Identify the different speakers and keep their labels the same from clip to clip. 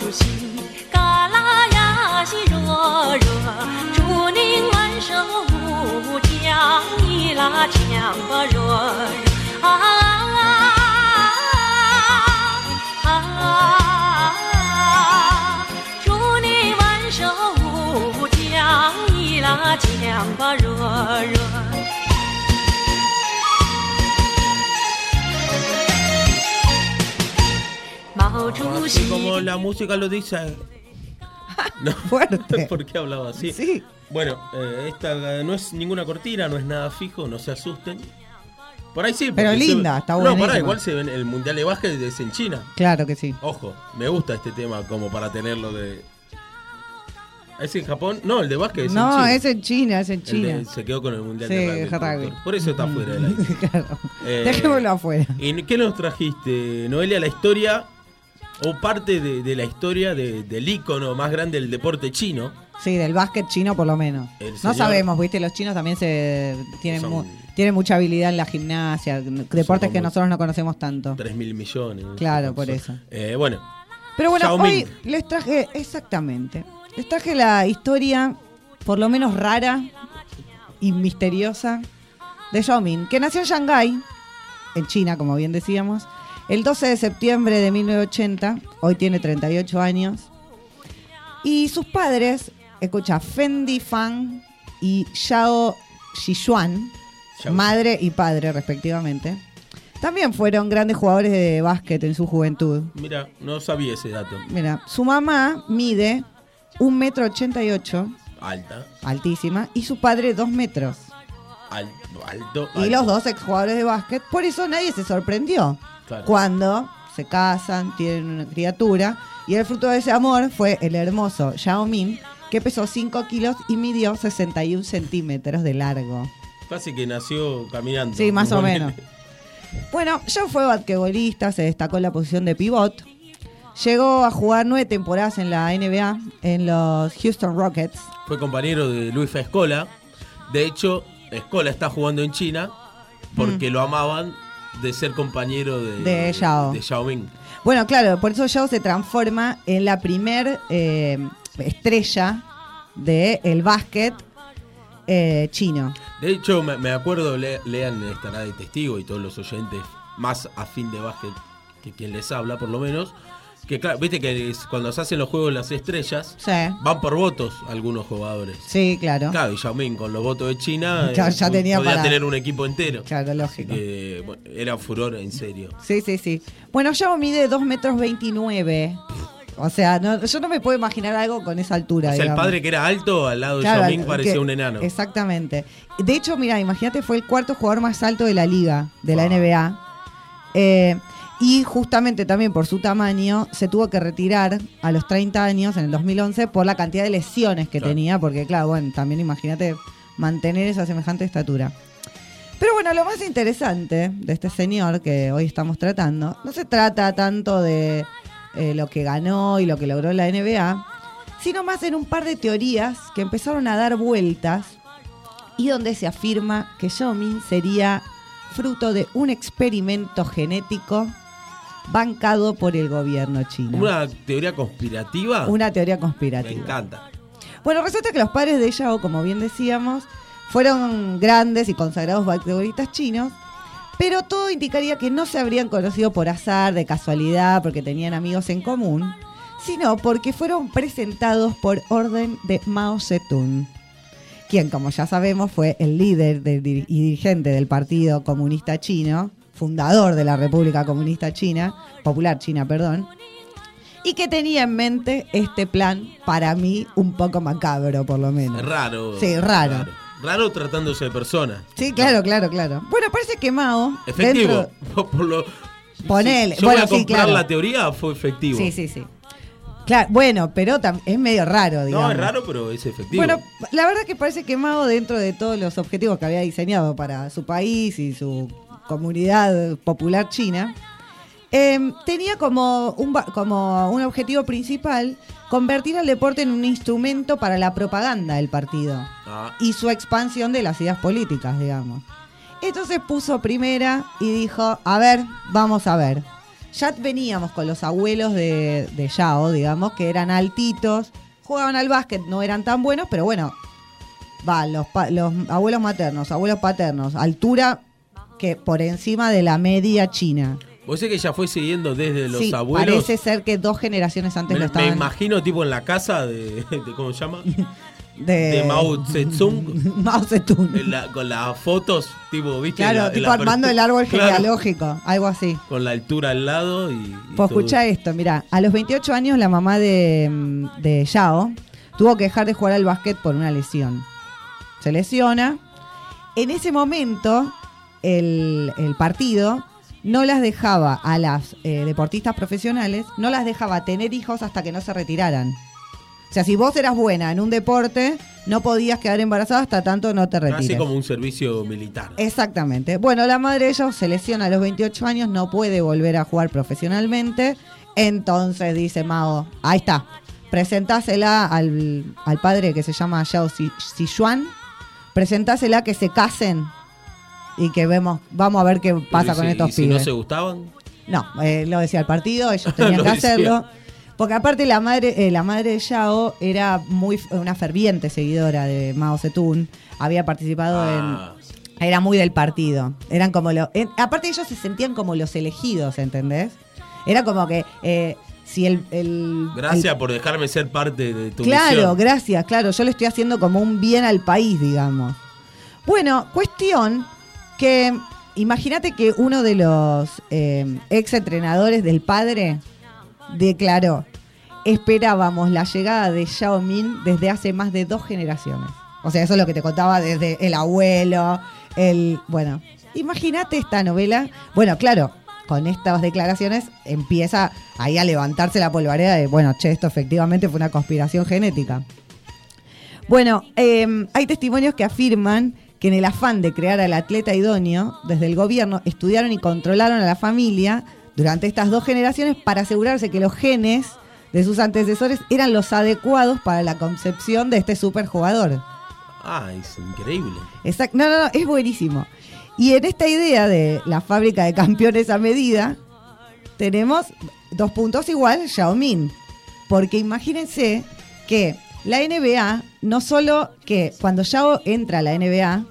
Speaker 1: 主席，嘎啦呀西热热，祝您万寿无疆，一拉强巴热热啊啊啊！祝您万寿无疆，一拉强巴热热。毛主
Speaker 2: Así
Speaker 1: 席。
Speaker 2: como la música lo dice. No,
Speaker 3: Fuerte.
Speaker 2: ¿Por qué hablaba así?
Speaker 3: Eh, Sí.
Speaker 2: Bueno, eh, esta eh, no es ninguna cortina, no es nada fijo, no se asusten. Por ahí sí.
Speaker 3: Pero
Speaker 2: porque
Speaker 3: linda,
Speaker 2: se-
Speaker 3: está
Speaker 2: No,
Speaker 3: buenísima.
Speaker 2: pará, igual se ven el Mundial de Básquet es en China.
Speaker 3: Claro que sí.
Speaker 2: Ojo, me gusta este tema como para tenerlo de... ¿Es en Japón? No, el de Básquet es en
Speaker 3: No,
Speaker 2: China.
Speaker 3: es en China, es en
Speaker 2: El de-
Speaker 3: China.
Speaker 2: se quedó con el Mundial
Speaker 3: Sí,
Speaker 2: de
Speaker 3: de
Speaker 2: Rugby.
Speaker 3: rugby. Mm.
Speaker 2: Por eso está fuera del aire.
Speaker 3: Claro.
Speaker 2: Eh,
Speaker 3: Dejémoslo afuera.
Speaker 2: ¿Y qué nos trajiste, Noelia? La historia o parte de, de la historia de- del ícono más grande del deporte chino.
Speaker 3: Sí, del básquet chino por lo menos.
Speaker 2: El
Speaker 3: No
Speaker 2: señor-
Speaker 3: sabemos, viste, los chinos también se tienen
Speaker 2: Son-
Speaker 3: mu- tienen mucha habilidad en la gimnasia, deportes que
Speaker 2: como-
Speaker 3: nosotros no conocemos tanto.
Speaker 2: 3 mil millones.
Speaker 3: Claro,
Speaker 2: Son-
Speaker 3: por
Speaker 2: son-
Speaker 3: eso.
Speaker 2: Eh, bueno,
Speaker 3: Pero bueno,
Speaker 2: Xiao
Speaker 3: hoy
Speaker 2: Ming.
Speaker 3: les traje exactamente. Les traje la historia por lo menos rara y misteriosa de Xiao Ming, que nació en Shanghái, en China, como bien decíamos, el 12 de septiembre de 1980, hoy tiene 38 años. Y sus padres, escucha, Fendi Fan y Xiao Xishuan,
Speaker 2: Xiao.
Speaker 3: madre y padre respectivamente, también fueron grandes jugadores de básquet en su juventud.
Speaker 2: mira, no sabía ese dato.
Speaker 3: Mira, su mamá mide un metro ochenta y ocho,
Speaker 2: Alta,
Speaker 3: altísima, y su padre dos metros.
Speaker 2: al- alto, alto.
Speaker 3: Y los dos exjugadores de básquet, por eso nadie se sorprendió
Speaker 2: Claro.
Speaker 3: cuando se casan, tienen una criatura, y el fruto de ese amor fue el hermoso Xiao Min, que pesó 5 kilos y midió 61 centímetros de largo.
Speaker 2: Casi que nació caminando.
Speaker 3: Sí, más o
Speaker 2: Ponele.
Speaker 3: menos. Bueno, ya fue basquetbolista, se destacó en la posición de pivot. Llegó a jugar nueve temporadas en la NBA, en los Houston Rockets.
Speaker 2: Fue compañero de Luis Escola. De hecho, Escola está jugando en China porque lo amaban de ser compañero de,
Speaker 3: Mm. De Yao.
Speaker 2: de Yao Ming.
Speaker 3: Bueno, claro, por eso Yao se transforma en la primer eh, estrella del básquet eh, chino.
Speaker 2: De hecho, me, me acuerdo, le- lean Estará de Testigo y todos los oyentes más afín de básquet que quien les habla, por lo menos. Que claro, viste que es- cuando se hacen los juegos de las estrellas,
Speaker 3: Sí,
Speaker 2: van por votos algunos jugadores.
Speaker 3: sí, claro.
Speaker 2: Claro, y Yao Ming con los votos de China
Speaker 3: Ya-
Speaker 2: eh,
Speaker 3: ya tenía
Speaker 2: podía
Speaker 3: para-
Speaker 2: tener un equipo entero.
Speaker 3: Claro,
Speaker 2: Así
Speaker 3: lógico.
Speaker 2: que bueno, era furor en serio.
Speaker 3: Sí, sí, sí. Bueno, Yao mide 2 metros 29. O sea, no- yo no me puedo imaginar algo con esa altura.
Speaker 2: O sea, el
Speaker 3: digamos.
Speaker 2: padre que era alto al lado de
Speaker 3: Claro,
Speaker 2: Yao Ming
Speaker 3: que-
Speaker 2: parecía un enano.
Speaker 3: Exactamente. De hecho, mira, imagínate, fue el cuarto jugador más alto de la liga, de la
Speaker 2: Wow.
Speaker 3: NBA. Eh, y justamente también por su tamaño, se tuvo que retirar a los 30 años, en el 2011, por la cantidad de lesiones que
Speaker 2: Claro.
Speaker 3: tenía, porque claro, bueno, también imagínate mantener esa semejante estatura. Pero bueno, lo más interesante de este señor que hoy estamos tratando, no se trata tanto de eh, lo que ganó y lo que logró la NBA, sino más en un par de teorías que empezaron a dar vueltas y donde se afirma que Xiaomin sería fruto de un experimento genético bancado por el gobierno chino.
Speaker 2: Una teoría conspirativa.
Speaker 3: Una teoría
Speaker 2: me
Speaker 3: conspirativa.
Speaker 2: encanta.
Speaker 3: Bueno, resulta que los padres de Yao, como bien decíamos, fueron grandes y consagrados basquetbolistas chinos, pero todo indicaría que no se habrían conocido por azar, de casualidad, porque tenían amigos en común, sino porque fueron presentados por orden de Mao Zedong, quien, como ya sabemos, fue el líder del dir- y dirigente del Partido Comunista Chino, fundador de la República Comunista China, Popular China, perdón y que tenía en mente este plan, para mí, un poco macabro, por lo menos.
Speaker 2: Raro.
Speaker 3: Sí, raro.
Speaker 2: Raro, Raro tratándose de personas.
Speaker 3: Sí, claro, claro, claro. Bueno, parece que Mao.
Speaker 2: Efectivo.
Speaker 3: dentro-
Speaker 2: Por lo-
Speaker 3: Ponele.
Speaker 2: Si yo
Speaker 3: Bueno,
Speaker 2: voy a
Speaker 3: sí,
Speaker 2: comprar
Speaker 3: claro.
Speaker 2: la teoría, fue efectivo.
Speaker 3: Sí, sí, sí. Claro, bueno, pero tam- es medio raro, digamos.
Speaker 2: No, es raro, pero es efectivo.
Speaker 3: Bueno, la verdad que parece que Mao, dentro de todos los objetivos que había diseñado para su país y su comunidad popular china, eh, tenía como un, ba- como un objetivo principal convertir al deporte en un instrumento para la propaganda del partido.
Speaker 2: Ah,
Speaker 3: y su expansión de las ideas políticas, digamos. Entonces puso primera y dijo, a ver, vamos a ver. ya veníamos con los abuelos de, de Yao, digamos, que eran altitos, jugaban al básquet, no eran tan buenos, pero bueno, va, los, pa- los abuelos maternos, abuelos paternos, altura que por encima de la media china.
Speaker 2: Vos sé que ya fue siguiendo desde los
Speaker 3: sí,
Speaker 2: abuelos.
Speaker 3: parece ser que dos generaciones antes
Speaker 2: Me,
Speaker 3: lo
Speaker 2: me
Speaker 3: estaban
Speaker 2: imagino tipo en la casa de, de- ¿cómo se llama?
Speaker 3: Eh.
Speaker 2: De Mao Zedong.
Speaker 3: Mao Zedong.
Speaker 2: en la- con las fotos, tipo, ¿viste?
Speaker 3: Claro,
Speaker 2: La- en
Speaker 3: tipo
Speaker 2: la
Speaker 3: armando
Speaker 2: apertura.
Speaker 3: el árbol
Speaker 2: Claro,
Speaker 3: genealógico, algo así.
Speaker 2: Con la altura al lado y. y
Speaker 3: Pues
Speaker 2: todo.
Speaker 3: escucha esto, mira, a los 28 años la mamá de, mm, de Yao tuvo que dejar de jugar al básquet por una lesión. Se lesiona. En ese momento, el, el partido no las dejaba a las eh, deportistas profesionales, no las dejaba tener hijos hasta que no se retiraran. O sea, si vos eras buena en un deporte, no podías quedar embarazada hasta tanto no te retires.
Speaker 2: Casi como un servicio militar.
Speaker 3: Eh, Exactamente. Bueno, la madre de ellos se lesiona a los 28 años, no puede volver a jugar profesionalmente. Entonces dice Mao, ahí está, presentásela al, al padre que se llama Yao Si- Sichuan, presentásela que se casen y que vemos, vamos a ver qué pasa
Speaker 2: Y
Speaker 3: con
Speaker 2: si-
Speaker 3: estos
Speaker 2: y si
Speaker 3: pibes.
Speaker 2: no se gustaban.
Speaker 3: No, eh, lo decía el partido, ellos tenían
Speaker 2: Lo
Speaker 3: que
Speaker 2: decía.
Speaker 3: hacerlo. Porque aparte la madre, eh, la madre de Yao era muy f- una ferviente seguidora de Mao Zedong, había participado
Speaker 2: Ah,
Speaker 3: en, era muy del partido. Eran como los, aparte ellos se sentían como los elegidos, ¿entendés? Era como que eh, si el, el-
Speaker 2: gracias por dejarme ser parte de tu
Speaker 3: el- claro,
Speaker 2: misión.
Speaker 3: gracias, claro. Yo le estoy haciendo como un bien al país, digamos. Bueno, cuestión que imagínate que uno de los eh, ex entrenadores del padre declaró, esperábamos la llegada de Yao Min desde hace más de dos generaciones. O sea, eso es lo que te contaba desde el abuelo, el... Bueno, imagínate esta novela. Bueno, claro, con estas declaraciones empieza ahí a levantarse la polvareda de, bueno, che, esto efectivamente fue una conspiración genética. Bueno, eh, hay testimonios que afirman que en el afán de crear al atleta idóneo, desde el gobierno estudiaron y controlaron a la familia durante estas dos generaciones para asegurarse que los genes de sus antecesores eran los adecuados para la concepción de este superjugador.
Speaker 2: Ah, es increíble.
Speaker 3: Exacto. No, no, no, es buenísimo. Y en esta idea de la fábrica de campeones a medida, tenemos dos puntos igual, Xiaomin. Porque imagínense que la NBA, no solo que cuando Yao entra a la NBA,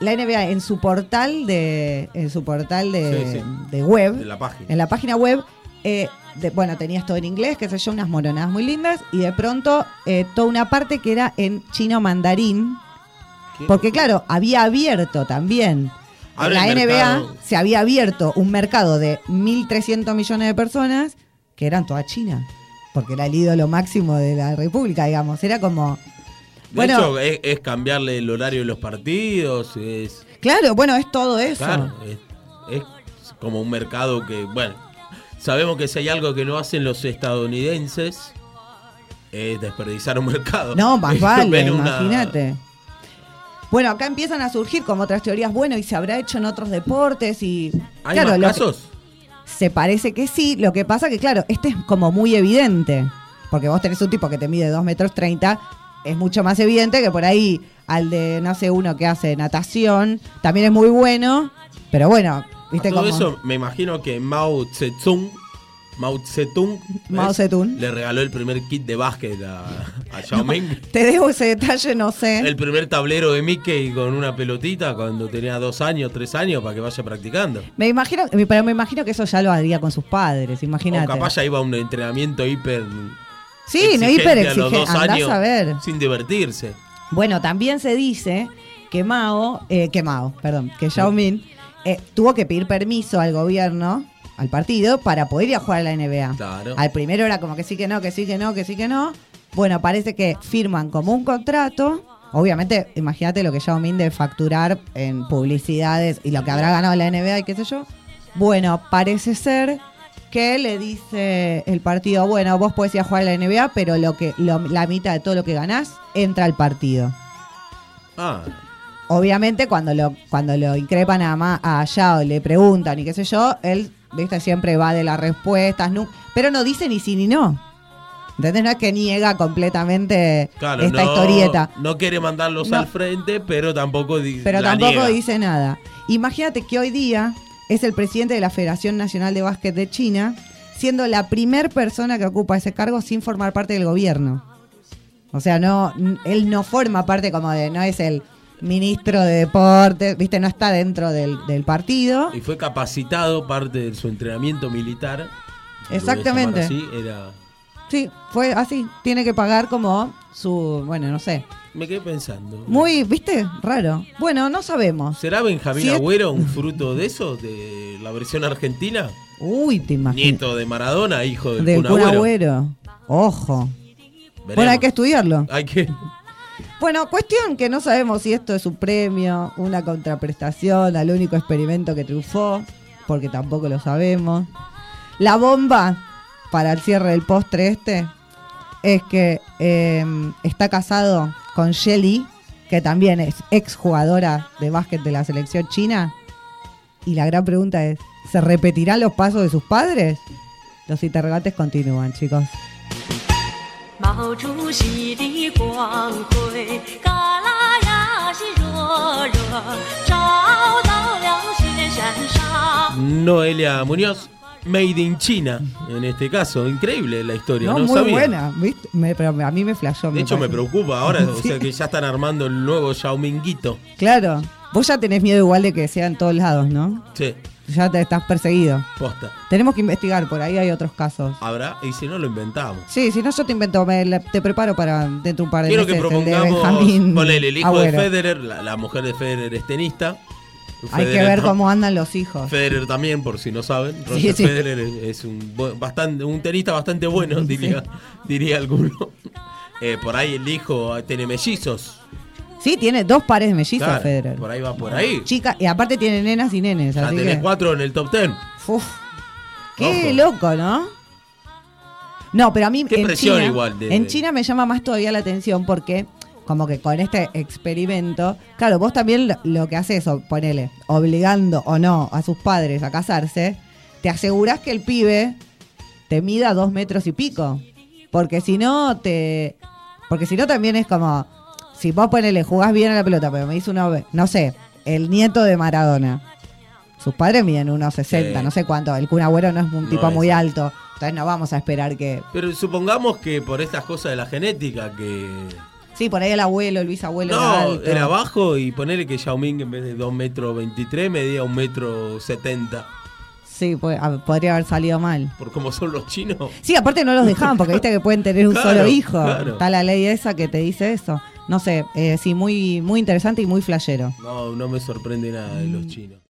Speaker 3: la NBA en su portal de, en su portal de,
Speaker 2: Sí, sí.
Speaker 3: de web,
Speaker 2: De la página.
Speaker 3: en la página web, eh, de- bueno, tenías todo en inglés, qué sé yo, unas moronadas muy lindas, y de pronto eh, toda una parte que era en chino mandarín,
Speaker 2: ¿Qué?
Speaker 3: porque claro, había abierto también. En
Speaker 2: Abre
Speaker 3: la
Speaker 2: el
Speaker 3: NBA
Speaker 2: mercado.
Speaker 3: se había abierto un mercado de 1.300 millones de personas que eran toda China, porque era el ídolo máximo de la República, digamos. Era como...
Speaker 2: De
Speaker 3: Bueno,
Speaker 2: hecho, es, es cambiarle el horario de los partidos, es.
Speaker 3: claro, bueno, es todo eso.
Speaker 2: Claro, es, es como un mercado que, bueno, sabemos que si hay algo que no hacen los estadounidenses es desperdiciar un mercado.
Speaker 3: No, más
Speaker 2: Ven
Speaker 3: vale,
Speaker 2: una-
Speaker 3: imagínate. Bueno, acá empiezan a surgir como otras teorías, bueno, y se habrá hecho en otros deportes y...
Speaker 2: ¿Hay
Speaker 3: claro,
Speaker 2: más
Speaker 3: lo que-
Speaker 2: casos?
Speaker 3: se parece que sí, lo que pasa que claro, este es como muy evidente, porque vos tenés un tipo que te mide 2 metros 30, es mucho más evidente que por ahí al de, no sé, uno que hace natación, también es muy bueno, pero bueno, viste
Speaker 2: A todo
Speaker 3: como...
Speaker 2: eso me imagino que Mao Zedong, Mao Zedong, ¿ves?
Speaker 3: Mao Zedong.
Speaker 2: le regaló el primer kit de básquet a, a Yao Ming.
Speaker 3: Te dejo ese detalle, no sé.
Speaker 2: El primer tablero de Mickey con una pelotita cuando tenía dos años, tres años, para que vaya practicando.
Speaker 3: Me imagino, pero me imagino que eso ya lo haría con sus padres,
Speaker 2: O
Speaker 3: imagínate.
Speaker 2: capaz ya iba a un entrenamiento hiper.
Speaker 3: Sí, no
Speaker 2: exigente
Speaker 3: hiper
Speaker 2: a los
Speaker 3: exigente,
Speaker 2: dos años,
Speaker 3: andás a ver.
Speaker 2: Sin divertirse.
Speaker 3: Bueno, también se dice que Mao, eh, que Mao, perdón, que Yao Min eh, tuvo que pedir permiso al gobierno, al partido, para poder ir a jugar a la NBA.
Speaker 2: Claro.
Speaker 3: Al primero era como que sí, que no, que sí, que no, que sí, que no. Bueno, parece que firman como un contrato. Obviamente, imagínate lo que Yao Min debe facturar en publicidades y lo que habrá ganado la NBA y qué sé yo. Bueno, parece ser que le dice el partido, bueno, vos podés ir a jugar a la NBA, pero lo que lo- la mitad de todo lo que ganás entra al partido.
Speaker 2: Ah,
Speaker 3: Obviamente cuando lo cuando lo increpan a, Ma- a Yao, le preguntan y qué sé yo, él viste siempre va de las respuestas, nu- pero no dice ni sí ni no. ¿Entendés? No es que niega completamente
Speaker 2: claro.
Speaker 3: esta
Speaker 2: no,
Speaker 3: historieta.
Speaker 2: No quiere mandarlos
Speaker 3: No.
Speaker 2: al frente, pero tampoco dice.
Speaker 3: Pero tampoco dice nada. Imagínate que hoy día es el presidente de la Federación Nacional de Básquet de China, siendo la primer persona que ocupa ese cargo sin formar parte del gobierno. O sea, no, n- él no forma parte como de, no es el ministro de deportes, viste, no está dentro del, del partido.
Speaker 2: Y fue capacitado parte de su entrenamiento militar. si lo voy a
Speaker 3: Exactamente.
Speaker 2: llamar así, era.
Speaker 3: Sí, fue así, tiene que pagar como su, bueno, no sé.
Speaker 2: Me quedé pensando.
Speaker 3: Muy, viste, raro. Bueno, no sabemos.
Speaker 2: ¿Será Benjamín
Speaker 3: Sí.
Speaker 2: Agüero un fruto de eso? ¿De la versión argentina?
Speaker 3: Uy, te imagino.
Speaker 2: Nieto de Maradona, hijo del,
Speaker 3: Del
Speaker 2: Kun
Speaker 3: Kun
Speaker 2: Agüero.
Speaker 3: Agüero. Ojo.
Speaker 2: Veremos.
Speaker 3: Bueno, hay que estudiarlo.
Speaker 2: Hay que-
Speaker 3: Bueno, cuestión que no sabemos si esto es un premio, una contraprestación al único experimento que triunfó, porque tampoco lo sabemos. La bomba para el cierre del postre este es que eh, está casado con Shelly, que también es exjugadora de básquet de la selección china. Y la gran pregunta es, ¿se repetirán los pasos de sus padres? Los interrogantes continúan, chicos.
Speaker 1: 毛主席的光辉，嘎啦呀西若若，照到了雪山上。
Speaker 2: Noelia Muñoz, Made in China, en este caso. Increíble la historia. No,
Speaker 3: No, muy
Speaker 2: sabía.
Speaker 3: buena, ¿viste? Me- pero a mí me flashó.
Speaker 2: De hecho, me
Speaker 3: parece.
Speaker 2: preocupa ahora. O
Speaker 3: Sí.
Speaker 2: sea, que ya están armando el nuevo Xiaominguito.
Speaker 3: Claro. Vos ya tenés miedo igual de que sea en todos lados, ¿no?
Speaker 2: Sí,
Speaker 3: Ya te estás perseguido.
Speaker 2: posta.
Speaker 3: Tenemos que investigar, por ahí hay otros casos.
Speaker 2: Habrá, y si no, lo inventamos.
Speaker 3: Sí, si no yo te invento, me- la- te preparo para dentro de un par de
Speaker 2: Quiero que
Speaker 3: meses el de
Speaker 2: propongamos.
Speaker 3: Benjamín
Speaker 2: Ponele, el hijo de
Speaker 3: Agüero.
Speaker 2: Federer, la, la mujer de Federer es tenista.
Speaker 3: Hay que
Speaker 2: Federer
Speaker 3: ver
Speaker 2: tam-
Speaker 3: cómo andan los hijos.
Speaker 2: Federer también, por si no saben. Roger
Speaker 3: sí.
Speaker 2: Federer es un, bu- bastante, un tenista bastante bueno, diría, diría alguno. Eh, por ahí el hijo eh, tiene mellizos.
Speaker 3: Sí, tiene dos pares de mellizos
Speaker 2: Claro,
Speaker 3: Federer.
Speaker 2: Por ahí va por ahí.
Speaker 3: Chica, y aparte tiene nenas y nenes,
Speaker 2: Ya
Speaker 3: así
Speaker 2: tenés
Speaker 3: que...
Speaker 2: cuatro en el top ten.
Speaker 3: Uf. Qué
Speaker 2: Ojo.
Speaker 3: loco, ¿no? No, pero a mí
Speaker 2: Qué
Speaker 3: en
Speaker 2: presión
Speaker 3: China,
Speaker 2: igual de-
Speaker 3: en China me llama más todavía la atención porque como que con este experimento, claro, vos también lo, lo que haces, o ponele, obligando o no a sus padres a casarse, te aseguras que el pibe te mida dos metros y pico. Porque si no, te. Porque si no, también es como. Si vos ponele, jugás bien a la pelota, pero me dice uno. No sé, el nieto de Maradona. Sus padres miden unos 60,
Speaker 2: Sí.
Speaker 3: no sé cuánto. El Kun Agüero no es un
Speaker 2: No
Speaker 3: tipo
Speaker 2: es.
Speaker 3: muy alto. Entonces no vamos a esperar que.
Speaker 2: Pero supongamos que por estas cosas de la genética que.
Speaker 3: Sí, por ahí el abuelo, el bisabuelo. era
Speaker 2: No,
Speaker 3: alto.
Speaker 2: era bajo y ponerle que Yao Ming en vez de 2 metros 23 medía 1 metro 70.
Speaker 3: Sí, po- ah, podría haber salido mal.
Speaker 2: Por como son los chinos.
Speaker 3: Sí, aparte no los dejaban porque viste que pueden tener un
Speaker 2: Claro,
Speaker 3: solo hijo.
Speaker 2: claro.
Speaker 3: Está la ley esa que te dice eso. No sé, eh, sí, muy, muy interesante y muy flashero. Mm.
Speaker 2: No, no me sorprende nada de los chinos.